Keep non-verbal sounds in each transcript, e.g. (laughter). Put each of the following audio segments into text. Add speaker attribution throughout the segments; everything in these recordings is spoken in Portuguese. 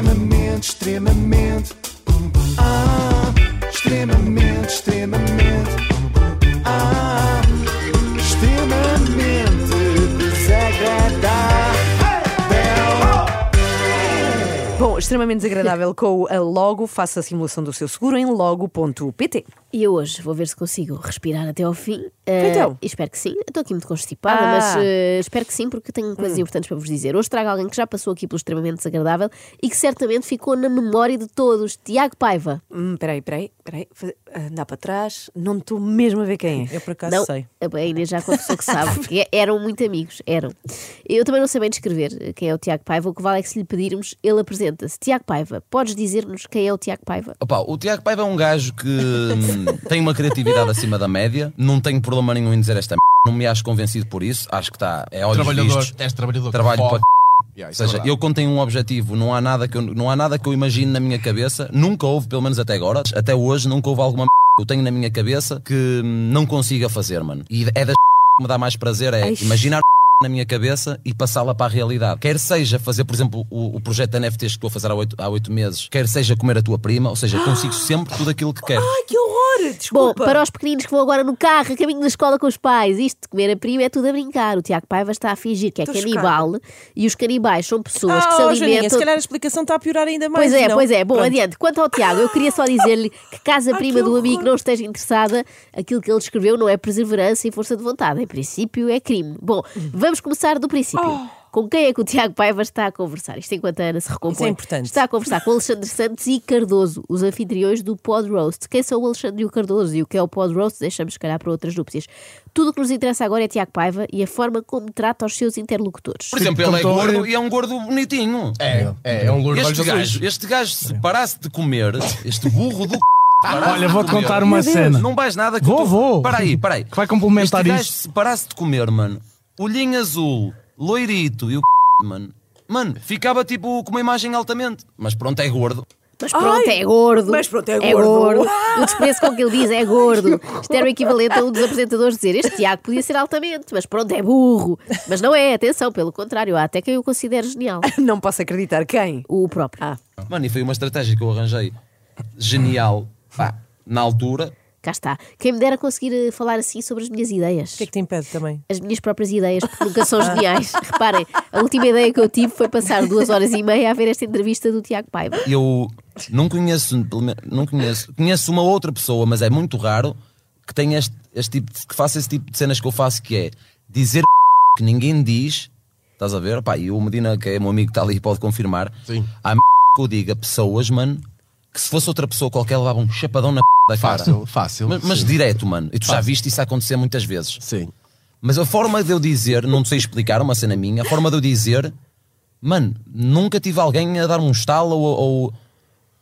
Speaker 1: Extremamente, extremamente. Ah, extremamente, extremamente. Ah, extremamente desagradável.
Speaker 2: Bom, extremamente desagradável com a Logo. Faça a simulação do seu seguro em logo.pt.
Speaker 3: E eu hoje vou ver se consigo respirar até ao fim. Ah,
Speaker 2: Então.
Speaker 3: Espero que sim. Eu Estou aqui muito constipada,
Speaker 2: Ah. Hum.
Speaker 3: mas ah, espero que sim, porque tenho coisas importantes para vos dizer. Hoje trago alguém que já passou aqui pelo extremamente desagradável e que certamente ficou na memória de todos. Tiago Paiva.
Speaker 2: Hum, peraí, peraí, peraí. Fa- Andar para trás. Não estou mesmo a ver quem é.
Speaker 4: Eu por acaso
Speaker 3: Não,
Speaker 4: sei.
Speaker 3: a Inês já confessou que sabe, porque é, eram muito amigos, eram. Eu também não sei bem descrever quem é o Tiago Paiva, o que vale é que se lhe pedirmos, ele apresenta-se. Tiago Paiva, podes dizer-nos quem é o Tiago Paiva?
Speaker 5: Opa, o Tiago Paiva é um gajo que hum, tem uma criatividade acima da média, não tenho problema nenhum em dizer esta merda, não me acho convencido por isso, acho que está, é olhos
Speaker 6: Trabalhador,
Speaker 5: vistos,
Speaker 6: és trabalhador.
Speaker 5: trabalho
Speaker 6: Fogo.
Speaker 5: para...
Speaker 6: Yeah,
Speaker 5: Ou
Speaker 6: isso é
Speaker 5: seja,
Speaker 6: verdade.
Speaker 5: eu quando tenho um objetivo, não há, nada que eu, não há nada que eu imagine na minha cabeça, nunca houve, pelo menos até agora, até hoje, nunca houve alguma merda que eu tenho na minha cabeça que hum, não consiga fazer, mano. E é das que me dá mais prazer, é
Speaker 2: Ai,
Speaker 5: imaginar na minha cabeça e passá-la para a realidade. Quer seja fazer, por exemplo, o, o projeto da NFTs que estou a fazer há oito há oito meses, quer seja comer a tua prima, ou seja,
Speaker 2: (gasps)
Speaker 5: consigo sempre tudo aquilo que quero.
Speaker 2: Ai, que horror!
Speaker 3: Bom,
Speaker 2: Desculpa.
Speaker 3: para os pequeninos que vão agora no carro, a caminho da escola com os pais, isto de comer a prima é tudo a brincar. O Tiago Paiva está a fingir que é
Speaker 2: Estou
Speaker 3: canibal e os canibais são pessoas que se
Speaker 4: Ah, oh, Joaninha, se
Speaker 3: alimentam.
Speaker 4: calhar a explicação está a piorar ainda mais.
Speaker 3: Pois é,
Speaker 4: não?
Speaker 3: pois é. Bom,
Speaker 4: Pronto.
Speaker 3: adiante. Quanto ao Tiago, eu queria só dizer-lhe que caso a
Speaker 2: Ah,
Speaker 4: (laughs)
Speaker 3: prima
Speaker 2: que
Speaker 3: do amigo
Speaker 2: horror.
Speaker 3: não esteja interessada, aquilo que ele escreveu não é perseverança e força de vontade. Em princípio, é crime. Bom,
Speaker 4: Uhum.
Speaker 3: vamos começar do princípio.
Speaker 4: Oh.
Speaker 3: Com quem é que o Tiago Paiva está a conversar? Isto enquanto a Ana se recompõe.
Speaker 4: Isso é importante.
Speaker 3: Está a conversar com Alexandre Santos e Cardoso, os anfitriões do Pod Roast. Quem são o Alexandre e o Cardoso e o que é o Pod Roast, deixamos se calhar para outras núpcias. Tudo o que nos interessa agora é Tiago Paiva e a forma como trata os seus interlocutores.
Speaker 5: Por exemplo, ele é
Speaker 6: Então,
Speaker 5: gordo e é um gordo bonitinho.
Speaker 6: É, é, é um louro de olhos
Speaker 5: Este
Speaker 6: azuis.
Speaker 5: gajo, este gajo, se parasse de comer, este burro do c... parasse
Speaker 7: Tá, Olha,
Speaker 5: de
Speaker 7: vou-te
Speaker 5: comer.
Speaker 7: contar uma cena.
Speaker 5: Não vais nada que
Speaker 7: Vou,
Speaker 5: eu tô-
Speaker 7: vou.
Speaker 5: Para aí, para aí.
Speaker 7: Que vai complementar
Speaker 5: este gajo,
Speaker 7: isto.
Speaker 5: se parasse de comer, mano, olhinho azul, loirito e o c... mano, mano, ficava tipo com uma imagem altamente. Mas pronto, é gordo.
Speaker 3: Mas pronto,
Speaker 2: Ai,
Speaker 3: é gordo.
Speaker 2: mas pronto, é gordo. Ah!
Speaker 3: O desprezo com que ele diz é
Speaker 2: (laughs)
Speaker 3: gordo. Isto era o equivalente a um dos apresentadores dizer: Este Tiago podia ser altamente, mas pronto, é burro. Mas não é, atenção, pelo contrário, há até quem o considere genial.
Speaker 2: (laughs) Não posso acreditar. Quem?
Speaker 3: O próprio.
Speaker 2: Ah.
Speaker 5: Mano, e foi uma estratégia que eu arranjei genial, pá, na altura.
Speaker 3: Cá está. Quem me dera conseguir eh, falar assim sobre as minhas ideias.
Speaker 4: O que é que te impede também?
Speaker 3: As minhas próprias ideias, porque nunca são geniais. (laughs) Reparem, a última ideia que eu tive foi passar duas horas e meia a ver esta entrevista do Tiago Paiva.
Speaker 5: eu não conheço, pelo menos- não conheço, conheço uma outra pessoa, mas é muito raro que tenha este, este tipo de- que faça esse tipo de cenas que eu faço, que é dizer (laughs) que ninguém diz, estás a ver? Pá, e o Medina, que é meu amigo que está ali, pode confirmar.
Speaker 6: Sim.
Speaker 5: Há m- que eu digo a pessoas, mano, que se fosse outra pessoa qualquer levava um chapadão na (laughs) p da cara.
Speaker 6: Fácil, fácil,
Speaker 5: Mas, mas
Speaker 6: sim.
Speaker 5: direto, mano. E tu já viste isso acontecer muitas vezes.
Speaker 6: Sim.
Speaker 5: Mas a forma de eu dizer, não sei explicar, uma cena minha, a forma de eu dizer, mano, nunca tive alguém a dar-me um estalo ou, ou-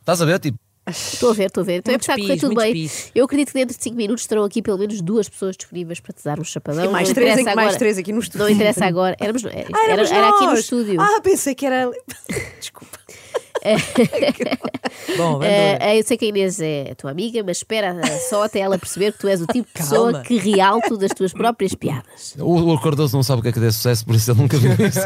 Speaker 5: Estás a ver? Tipo,
Speaker 3: Estou a ver, estou a ver. Então
Speaker 4: Muitos
Speaker 3: é porque está
Speaker 4: pis,
Speaker 3: a correr tudo
Speaker 4: muitos
Speaker 3: bem.
Speaker 4: pis.
Speaker 3: Eu acredito que dentro de 5 minutos estarão aqui pelo menos duas pessoas disponíveis para te dar um chapadão.
Speaker 2: E mais
Speaker 3: Não
Speaker 2: três,
Speaker 3: interessa
Speaker 2: em que mais
Speaker 3: agora.
Speaker 2: três aqui no estúdio.
Speaker 3: Não interessa agora. Éramos, era,
Speaker 2: Ah,
Speaker 3: era,
Speaker 2: éramos
Speaker 3: era aqui no
Speaker 2: nós.
Speaker 3: estúdio.
Speaker 2: Ah, pensei que era. ali. Desculpa.
Speaker 4: (laughs) Bom,
Speaker 3: Eh,
Speaker 4: vamos
Speaker 3: eh, eu sei que a Inês é a tua amiga, mas espera eh, só até ela perceber que tu és o tipo de pessoa
Speaker 4: Calma.
Speaker 3: que realto das tuas próprias piadas.
Speaker 5: o, o Cardoso não sabe o que é que deu sucesso, por isso ele nunca viu (laughs) isso.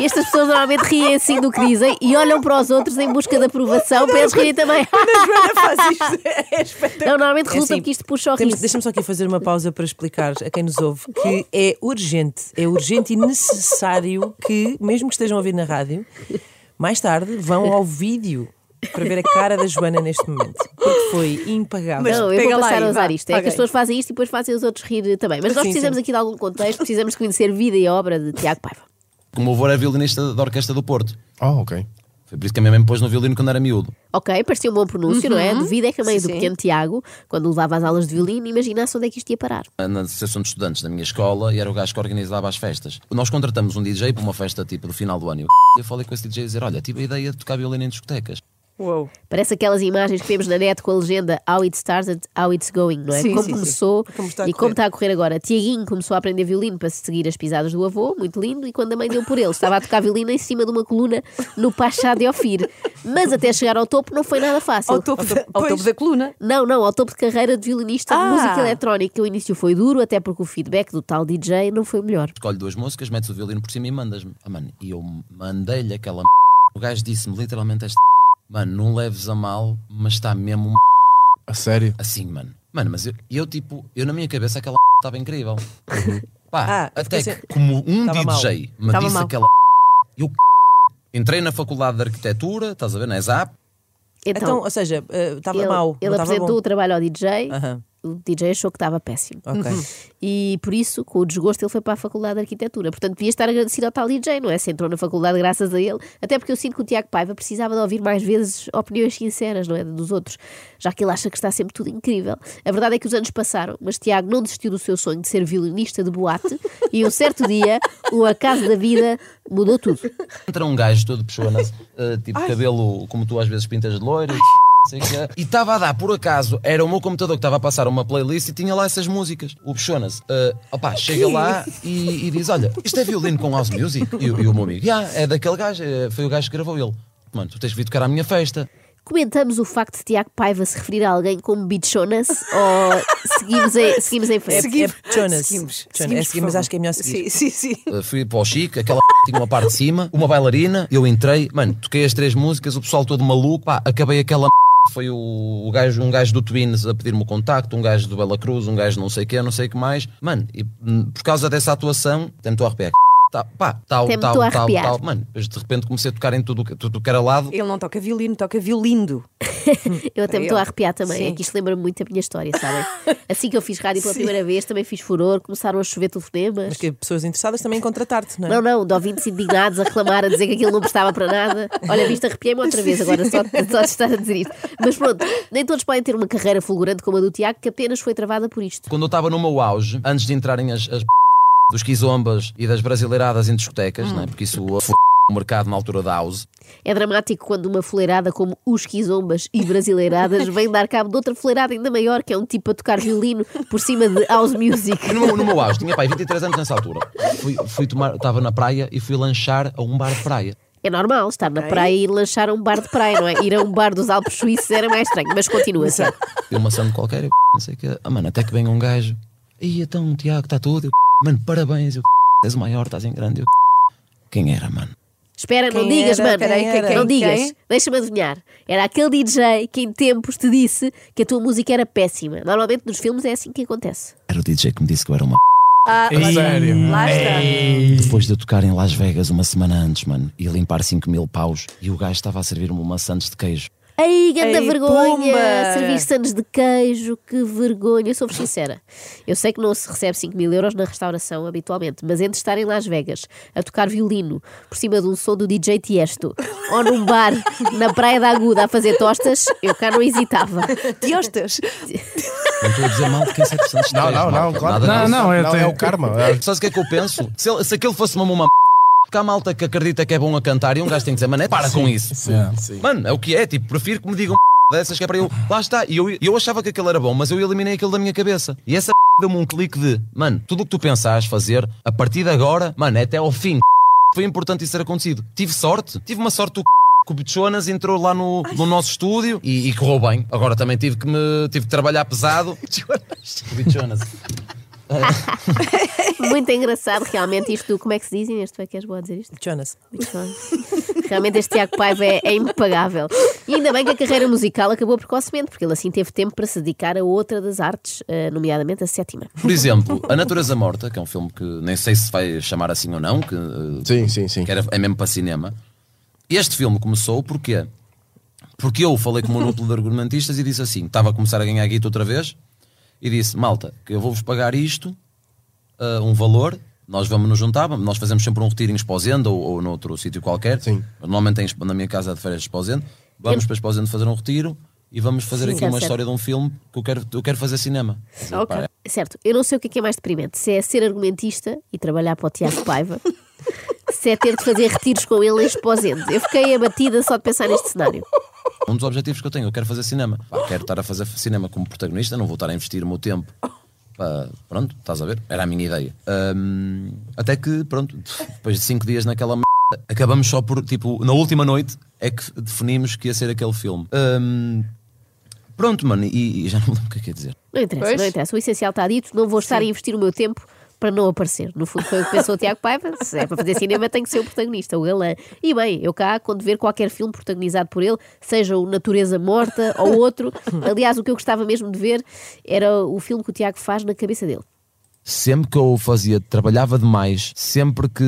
Speaker 3: E estas pessoas normalmente riem assim do que dizem e olham para os outros em busca de aprovação para eles rirem também.
Speaker 2: A Joana
Speaker 4: (laughs)
Speaker 2: faz isto. É espetacular.
Speaker 3: Não, normalmente resulta
Speaker 4: assim,
Speaker 3: que isto puxa o riso.
Speaker 4: Temos- Deixa-me só aqui fazer uma pausa para explicar a quem nos ouve que é urgente, é urgente e necessário que, mesmo que estejam a ouvir na rádio, mais tarde vão ao vídeo para ver a cara da Joana neste momento. Porque foi impagável.
Speaker 2: Mas-
Speaker 3: Não, eu
Speaker 2: Pega
Speaker 3: vou
Speaker 2: lá
Speaker 3: passar
Speaker 2: aí,
Speaker 3: a usar
Speaker 2: vá,
Speaker 3: isto. É
Speaker 2: paga
Speaker 3: que as
Speaker 2: aí.
Speaker 3: pessoas fazem isto e depois fazem os outros rir também. Mas nós
Speaker 4: Sim,
Speaker 3: precisamos
Speaker 4: sim.
Speaker 3: aqui de algum contexto, precisamos de conhecer vida e obra de Tiago Paiva.
Speaker 5: O meu avô era violinista da Orquestra do Porto.
Speaker 6: Oh, ok.
Speaker 5: Foi por isso que a minha mãe me pôs no violino quando era miúdo.
Speaker 3: Ok, parecia um bom pronúncio, não é? Duvida é que a mãe
Speaker 2: Uhum. Sim,
Speaker 3: do
Speaker 2: sim.
Speaker 3: pequeno Tiago, quando levava as aulas de violino, imaginasse onde é que isto ia parar.
Speaker 5: na Associação de Estudantes da minha escola e era o gajo que organizava as festas. Nós contratamos um DJ para uma festa tipo do final do ano. E eu falei com esse DJ e dizer: Olha, tive a ideia de tocar violino em discotecas.
Speaker 2: (laughs) Uou.
Speaker 3: Parece aquelas imagens que vemos na net com a legenda How It Started, How It's Going, não é?
Speaker 2: Sim,
Speaker 3: como
Speaker 2: sim, sim.
Speaker 3: começou
Speaker 4: Como está a
Speaker 3: e como
Speaker 4: correr.
Speaker 3: está a correr agora. Tiaguinho começou a aprender violino para seguir as pisadas do avô, muito lindo, e quando a mãe deu por ele, estava a tocar violino em cima de uma coluna no Pachá de Ofir. Mas até chegar ao topo não foi nada fácil.
Speaker 2: Ao topo, da, ao topo da coluna.
Speaker 3: Não, não, ao topo de carreira de violinista de
Speaker 2: Ah.
Speaker 3: música eletrónica. O início foi duro, até porque o feedback do tal DJ não foi o melhor.
Speaker 5: Escolho duas músicas, metes o violino por cima e mandas-me. Ah, mano, e eu mandei-lhe aquela m****. O gajo disse-me literalmente esta m****. Mano, não leves a mal, mas está mesmo m****.
Speaker 6: A sério?
Speaker 5: assim, mano. Mano, mas eu, eu, tipo, eu na minha cabeça aquela estava incrível. Pá,
Speaker 4: Ah, eu
Speaker 5: até
Speaker 4: pensei-
Speaker 5: que como um
Speaker 4: Tava
Speaker 5: DJ me
Speaker 2: Tava
Speaker 5: disse
Speaker 2: mal.
Speaker 5: aquela eu entrei na faculdade de arquitetura, estás a ver, na ESAP,
Speaker 3: Então,
Speaker 4: Então, ou seja, eh, estava
Speaker 3: ele,
Speaker 4: mau.
Speaker 3: ele
Speaker 4: não estava
Speaker 3: apresentou o
Speaker 4: bom.
Speaker 3: trabalho ao DJ,
Speaker 4: Aham,
Speaker 3: o DJ achou que estava péssimo. Uhum.
Speaker 4: ok.
Speaker 3: E por isso, com o desgosto, ele foi para a Faculdade de Arquitetura. Portanto, devia estar agradecido ao tal DJ, não é? Se entrou na faculdade graças a ele. Até porque eu sinto que o Tiago Paiva precisava de ouvir mais vezes opiniões sinceras, não é? Dos outros, já que ele acha que está sempre tudo incrível. A verdade é que os anos passaram, mas Tiago não desistiu do seu sonho de ser violinista de boate e um certo dia, o acaso da vida mudou tudo.
Speaker 5: (laughs) entra um gajo todo peixona, tipo cabelo como tu às vezes pintas de loiro. e não sei o quê. E estava a dar, por acaso, era o meu computador que estava a passar uma playlist e tinha lá essas músicas. O Bichonas, ah, opá, chega lá e, e diz: Olha, isto é violino com house music? E, o- e o meu amigo, "Ya, é daquele gajo, eh, foi o gajo que gravou ele. Mano, tu tens que vir tocar à minha festa.
Speaker 3: Comentamos o facto de Tiago Paiva se referir a alguém como bichonas ou seguimos em, É seguimos em frente?
Speaker 4: Seguir- É, Jonas.
Speaker 2: Seguimos.
Speaker 4: Jonas, é
Speaker 2: por
Speaker 4: seguir, mas
Speaker 2: favor.
Speaker 4: acho que é melhor seguir.
Speaker 2: Sim, sim, sim.
Speaker 5: Uh, fui para o Chico, aquela (laughs) tinha uma parte de cima, uma bailarina, eu entrei, mano, toquei as três músicas, o pessoal todo maluco, pá, acabei aquela (laughs) foi o, o gajo, um gajo do Twins a pedir-me o contacto, um gajo do Bela Cruz, um gajo não sei o que, não sei o que mais. Mano, e hum, por causa dessa atuação, tentou arrepiar. Tá, pá, tal,
Speaker 3: Até me
Speaker 5: tal,
Speaker 3: estou a
Speaker 5: tal,
Speaker 3: arrepiar.
Speaker 5: tal. Mano, depois de repente comecei a tocar em tudo o que- tudo o que era lado.
Speaker 2: Ele não toca violino, toca violindo.
Speaker 3: Eu até me
Speaker 2: Eu.
Speaker 3: estou a arrepiar também,
Speaker 2: Sim.
Speaker 3: é que isto lembra-me muito a minha história, sabem? Assim que eu fiz rádio pela primeira vez, também fiz furor, começaram a chover telefonemas.
Speaker 4: Mas que pessoas interessadas também em contratar-te, não é?
Speaker 3: Não, não, de ouvintes indignados a reclamar, a dizer que aquilo não prestava para nada. Olha, visto, arrepiei-me outra vez agora, só, só de estar a dizer isto. Mas pronto, nem todos podem ter uma carreira fulgurante como a do Tiago, que apenas foi travada por isto.
Speaker 5: Quando eu estava no meu auge, antes de entrarem as, (laughs) as p- dos quizombas e das brasileiradas em discotecas,
Speaker 3: Hum.
Speaker 5: né, porque isso uh, f- o mercado na altura da house,
Speaker 3: É dramático quando uma fuleirada como os quizombas e
Speaker 4: (laughs)
Speaker 3: brasileiradas vem dar cabo de outra fuleirada ainda maior, que é um tipo a tocar violino por cima de house music.
Speaker 5: E no, meu- no meu auge, tinha pai 23 anos nessa altura. Fui, fui tomar, estava na praia e fui lanchar a um bar de praia.
Speaker 3: É normal estar na praia e ir lanchar a um bar de praia, não é? Ir a um bar dos Alpes Suíços era mais estranho, mas continua assim.
Speaker 5: E uma samba qualquer, eu não sei o que. Ah, mano, até que vem um gajo. E então, Tiago, está tudo? Eu, mano, parabéns, eu, és o maior, estás em grande. Eu, quem era, mano?
Speaker 3: Espera, não
Speaker 4: Quem
Speaker 3: digas,
Speaker 4: era?
Speaker 3: mano.
Speaker 4: Peraí, quem,
Speaker 3: não
Speaker 4: quem,
Speaker 3: digas.
Speaker 2: quem?
Speaker 3: Deixa-me adivinhar. Era aquele DJ que em tempos te disse que a tua música era péssima. Normalmente nos filmes é assim que acontece.
Speaker 5: Era o DJ que me disse que eu era uma.
Speaker 2: Ah,
Speaker 6: A
Speaker 2: lá-
Speaker 6: sério?
Speaker 2: lá está.
Speaker 5: Depois de eu tocar em Las Vegas uma semana antes, mano, e limpar 5 mil paus, e o gajo estava a servir-me uma sandes de queijo.
Speaker 3: Ai, ganda
Speaker 2: Ei,
Speaker 3: vergonha!
Speaker 2: pumba!
Speaker 3: Servir sandes de queijo, que vergonha. Eu sou-vos sincera. Eu sei que não se recebe 5 mil euros na restauração habitualmente, mas entre estar em Las Vegas a tocar violino por cima de um som do DJ Tiesto ou num bar (laughs) na Praia da Aguda a fazer tostas, eu cá não hesitava.
Speaker 2: Tiostas.
Speaker 5: Não estou a dizer mal de quem serve sandes de
Speaker 6: Não,
Speaker 5: queijo.
Speaker 6: não, não,
Speaker 5: malta,
Speaker 6: claro.
Speaker 5: nada
Speaker 6: Não,
Speaker 5: disso.
Speaker 6: não, é,
Speaker 7: Não,
Speaker 6: tem-
Speaker 7: é o karma.
Speaker 5: Sabes o que é que eu penso? Se, ele- se aquilo fosse uma muma. Porque há malta que acredita que é bom a cantar e um gajo tem que dizer, mano, é para com isso.
Speaker 6: Sim, sim.
Speaker 5: Mano, é o que é, tipo, prefiro que me digam dessas que é para eu. Lá está, e eu, eu achava que aquilo era bom, mas eu eliminei aquilo da minha cabeça. E essa deu-me um clique de, mano, tudo o que tu pensares fazer, a partir de agora, mano, é até ao fim. Foi importante isso ter acontecido. Tive sorte, tive uma sorte do que o Bichonas entrou lá no, no nosso estúdio e, e correu bem. Agora também tive que me tive que trabalhar pesado. O Bichonas.
Speaker 3: Muito engraçado, realmente, isto do. Como é que se diz, Inês? Tu é que és boa a dizer isto?
Speaker 4: Jonas.
Speaker 3: Muito bem. Realmente este Tiago Paiva é, é impagável. E ainda bem que a carreira musical acabou precocemente, porque ele assim teve tempo para se dedicar a outra das artes, eh, nomeadamente a sétima.
Speaker 5: Por exemplo, A Natureza Morta, que é um filme que nem sei se vai chamar assim ou não, que eh,
Speaker 7: Sim, sim, sim.
Speaker 5: que era, é mesmo para cinema. Este filme começou porquê? Porque eu falei com o núcleo de argumentistas e disse assim: estava a começar a ganhar guita outra vez, e disse: malta, que eu vou-vos pagar isto, ah, um valor, nós vamos nos juntar, vamos- nós fazemos sempre um retiro em Esposende ou, ou noutro sítio qualquer.
Speaker 7: Sim.
Speaker 5: Normalmente em Espo- na minha casa de férias de Esposende, vamos para Esposende fazer um retiro e vamos fazer aqui uma
Speaker 3: certo.
Speaker 5: história de um filme que eu quero, eu quero fazer cinema.
Speaker 2: Ok.
Speaker 5: Pá,
Speaker 3: Certo, eu não sei o que é, que é mais deprimente, se é ser argumentista e trabalhar para o Tiago Paiva, se é ter de fazer retiros com ele em Esposende. Eu fiquei abatida só de pensar neste cenário.
Speaker 5: um dos objetivos que eu tenho. Eu quero fazer cinema. Pá, quero estar a fazer cinema como protagonista, não vou estar a investir o meu tempo. Pá, pronto, estás a ver? Era a minha ideia. Hum, até que, pronto, depois de cinco dias naquela merda, acabamos só por, tipo, na última noite é que definimos que ia ser aquele filme. Hum, pronto, mano, e, e já não me lembro o que é que ia dizer.
Speaker 3: Não interessa,
Speaker 2: Pois.
Speaker 3: não interessa. O essencial está dito, não vou estar a investir o meu tempo para não aparecer. No fundo foi o que pensou o Tiago Paiva. Se é para fazer cinema, tem que ser o protagonista, o galã. E bem, eu cá, quando ver qualquer filme protagonizado por ele, seja o Natureza Morta ou outro, aliás, o que eu gostava mesmo de ver era o filme que o Tiago faz na cabeça dele.
Speaker 5: Sempre que eu fazia, trabalhava demais, sempre que,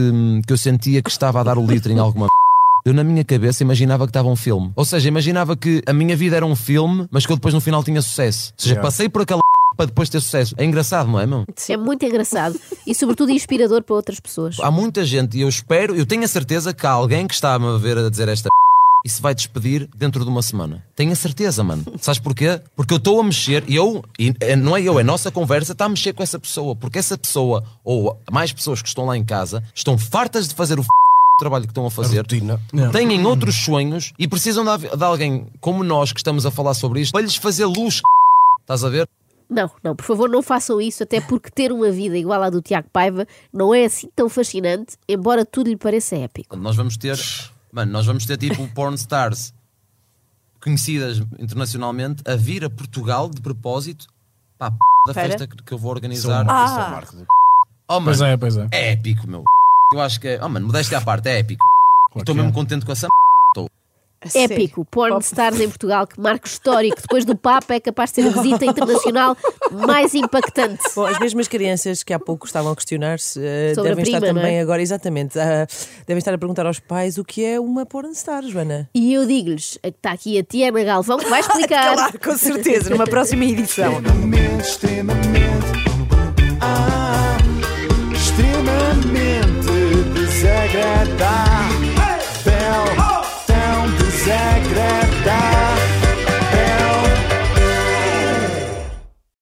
Speaker 5: que eu sentia que estava a dar o litro em alguma merda, eu na minha cabeça imaginava que estava um filme. Ou seja, imaginava que a minha vida era um filme, mas que eu depois no final tinha sucesso. Ou seja,
Speaker 1: Yeah.
Speaker 5: passei por aquela merda para depois ter sucesso. É engraçado, não é, meu?
Speaker 3: É muito engraçado e, sobretudo, inspirador para outras pessoas.
Speaker 5: Há muita gente, e eu espero, eu tenho a certeza que há alguém que está a me ver a dizer esta p***, e se vai despedir dentro de uma semana. Tenho a certeza, mano. Sabes porquê? Porque eu estou a mexer, e eu, e é- não é eu, é a nossa conversa, está a mexer com essa pessoa. Porque essa pessoa, ou mais pessoas que estão lá em casa, estão fartas de fazer o f... trabalho que estão a fazer.
Speaker 1: rotina.
Speaker 5: Têm outros sonhos e precisam de av- de alguém como nós que estamos a falar sobre isto para lhes fazer luz. c***. Estás a ver?
Speaker 3: Não, não, por favor, não façam isso, até porque ter uma vida igual à do Tiago Paiva não é assim tão fascinante, embora tudo lhe pareça épico.
Speaker 5: Portanto, Nós vamos ter, mano, nós vamos ter tipo porn stars conhecidas internacionalmente a vir a Portugal de propósito para a p... da
Speaker 2: Para?
Speaker 5: festa que que eu vou organizar.
Speaker 1: Ah.
Speaker 2: Ah.
Speaker 5: Oh, mano,
Speaker 1: Pois é, pois é.
Speaker 5: é épico, meu. Eu acho que é. Oh, mano, modéstia à parte, é épico. Estou
Speaker 1: que
Speaker 5: mesmo
Speaker 1: é.
Speaker 5: contente com essa.
Speaker 3: Épico, porn stars em Portugal, que marco histórico, depois do Papa, é capaz de ser a visita internacional mais impactante.
Speaker 4: Bom, as mesmas crianças que há pouco estavam a questionar-se eh,
Speaker 3: Sobre a
Speaker 4: devem estar
Speaker 3: prima, não é?
Speaker 4: também agora, exatamente, ah, devem estar a perguntar aos pais o que é uma pornstar, Joana.
Speaker 3: E eu digo-lhes que está aqui a Tiana Galvão que vai explicar. (laughs)
Speaker 2: Claro, com certeza, numa próxima edição.
Speaker 1: Extremamente, Ah, extremamente.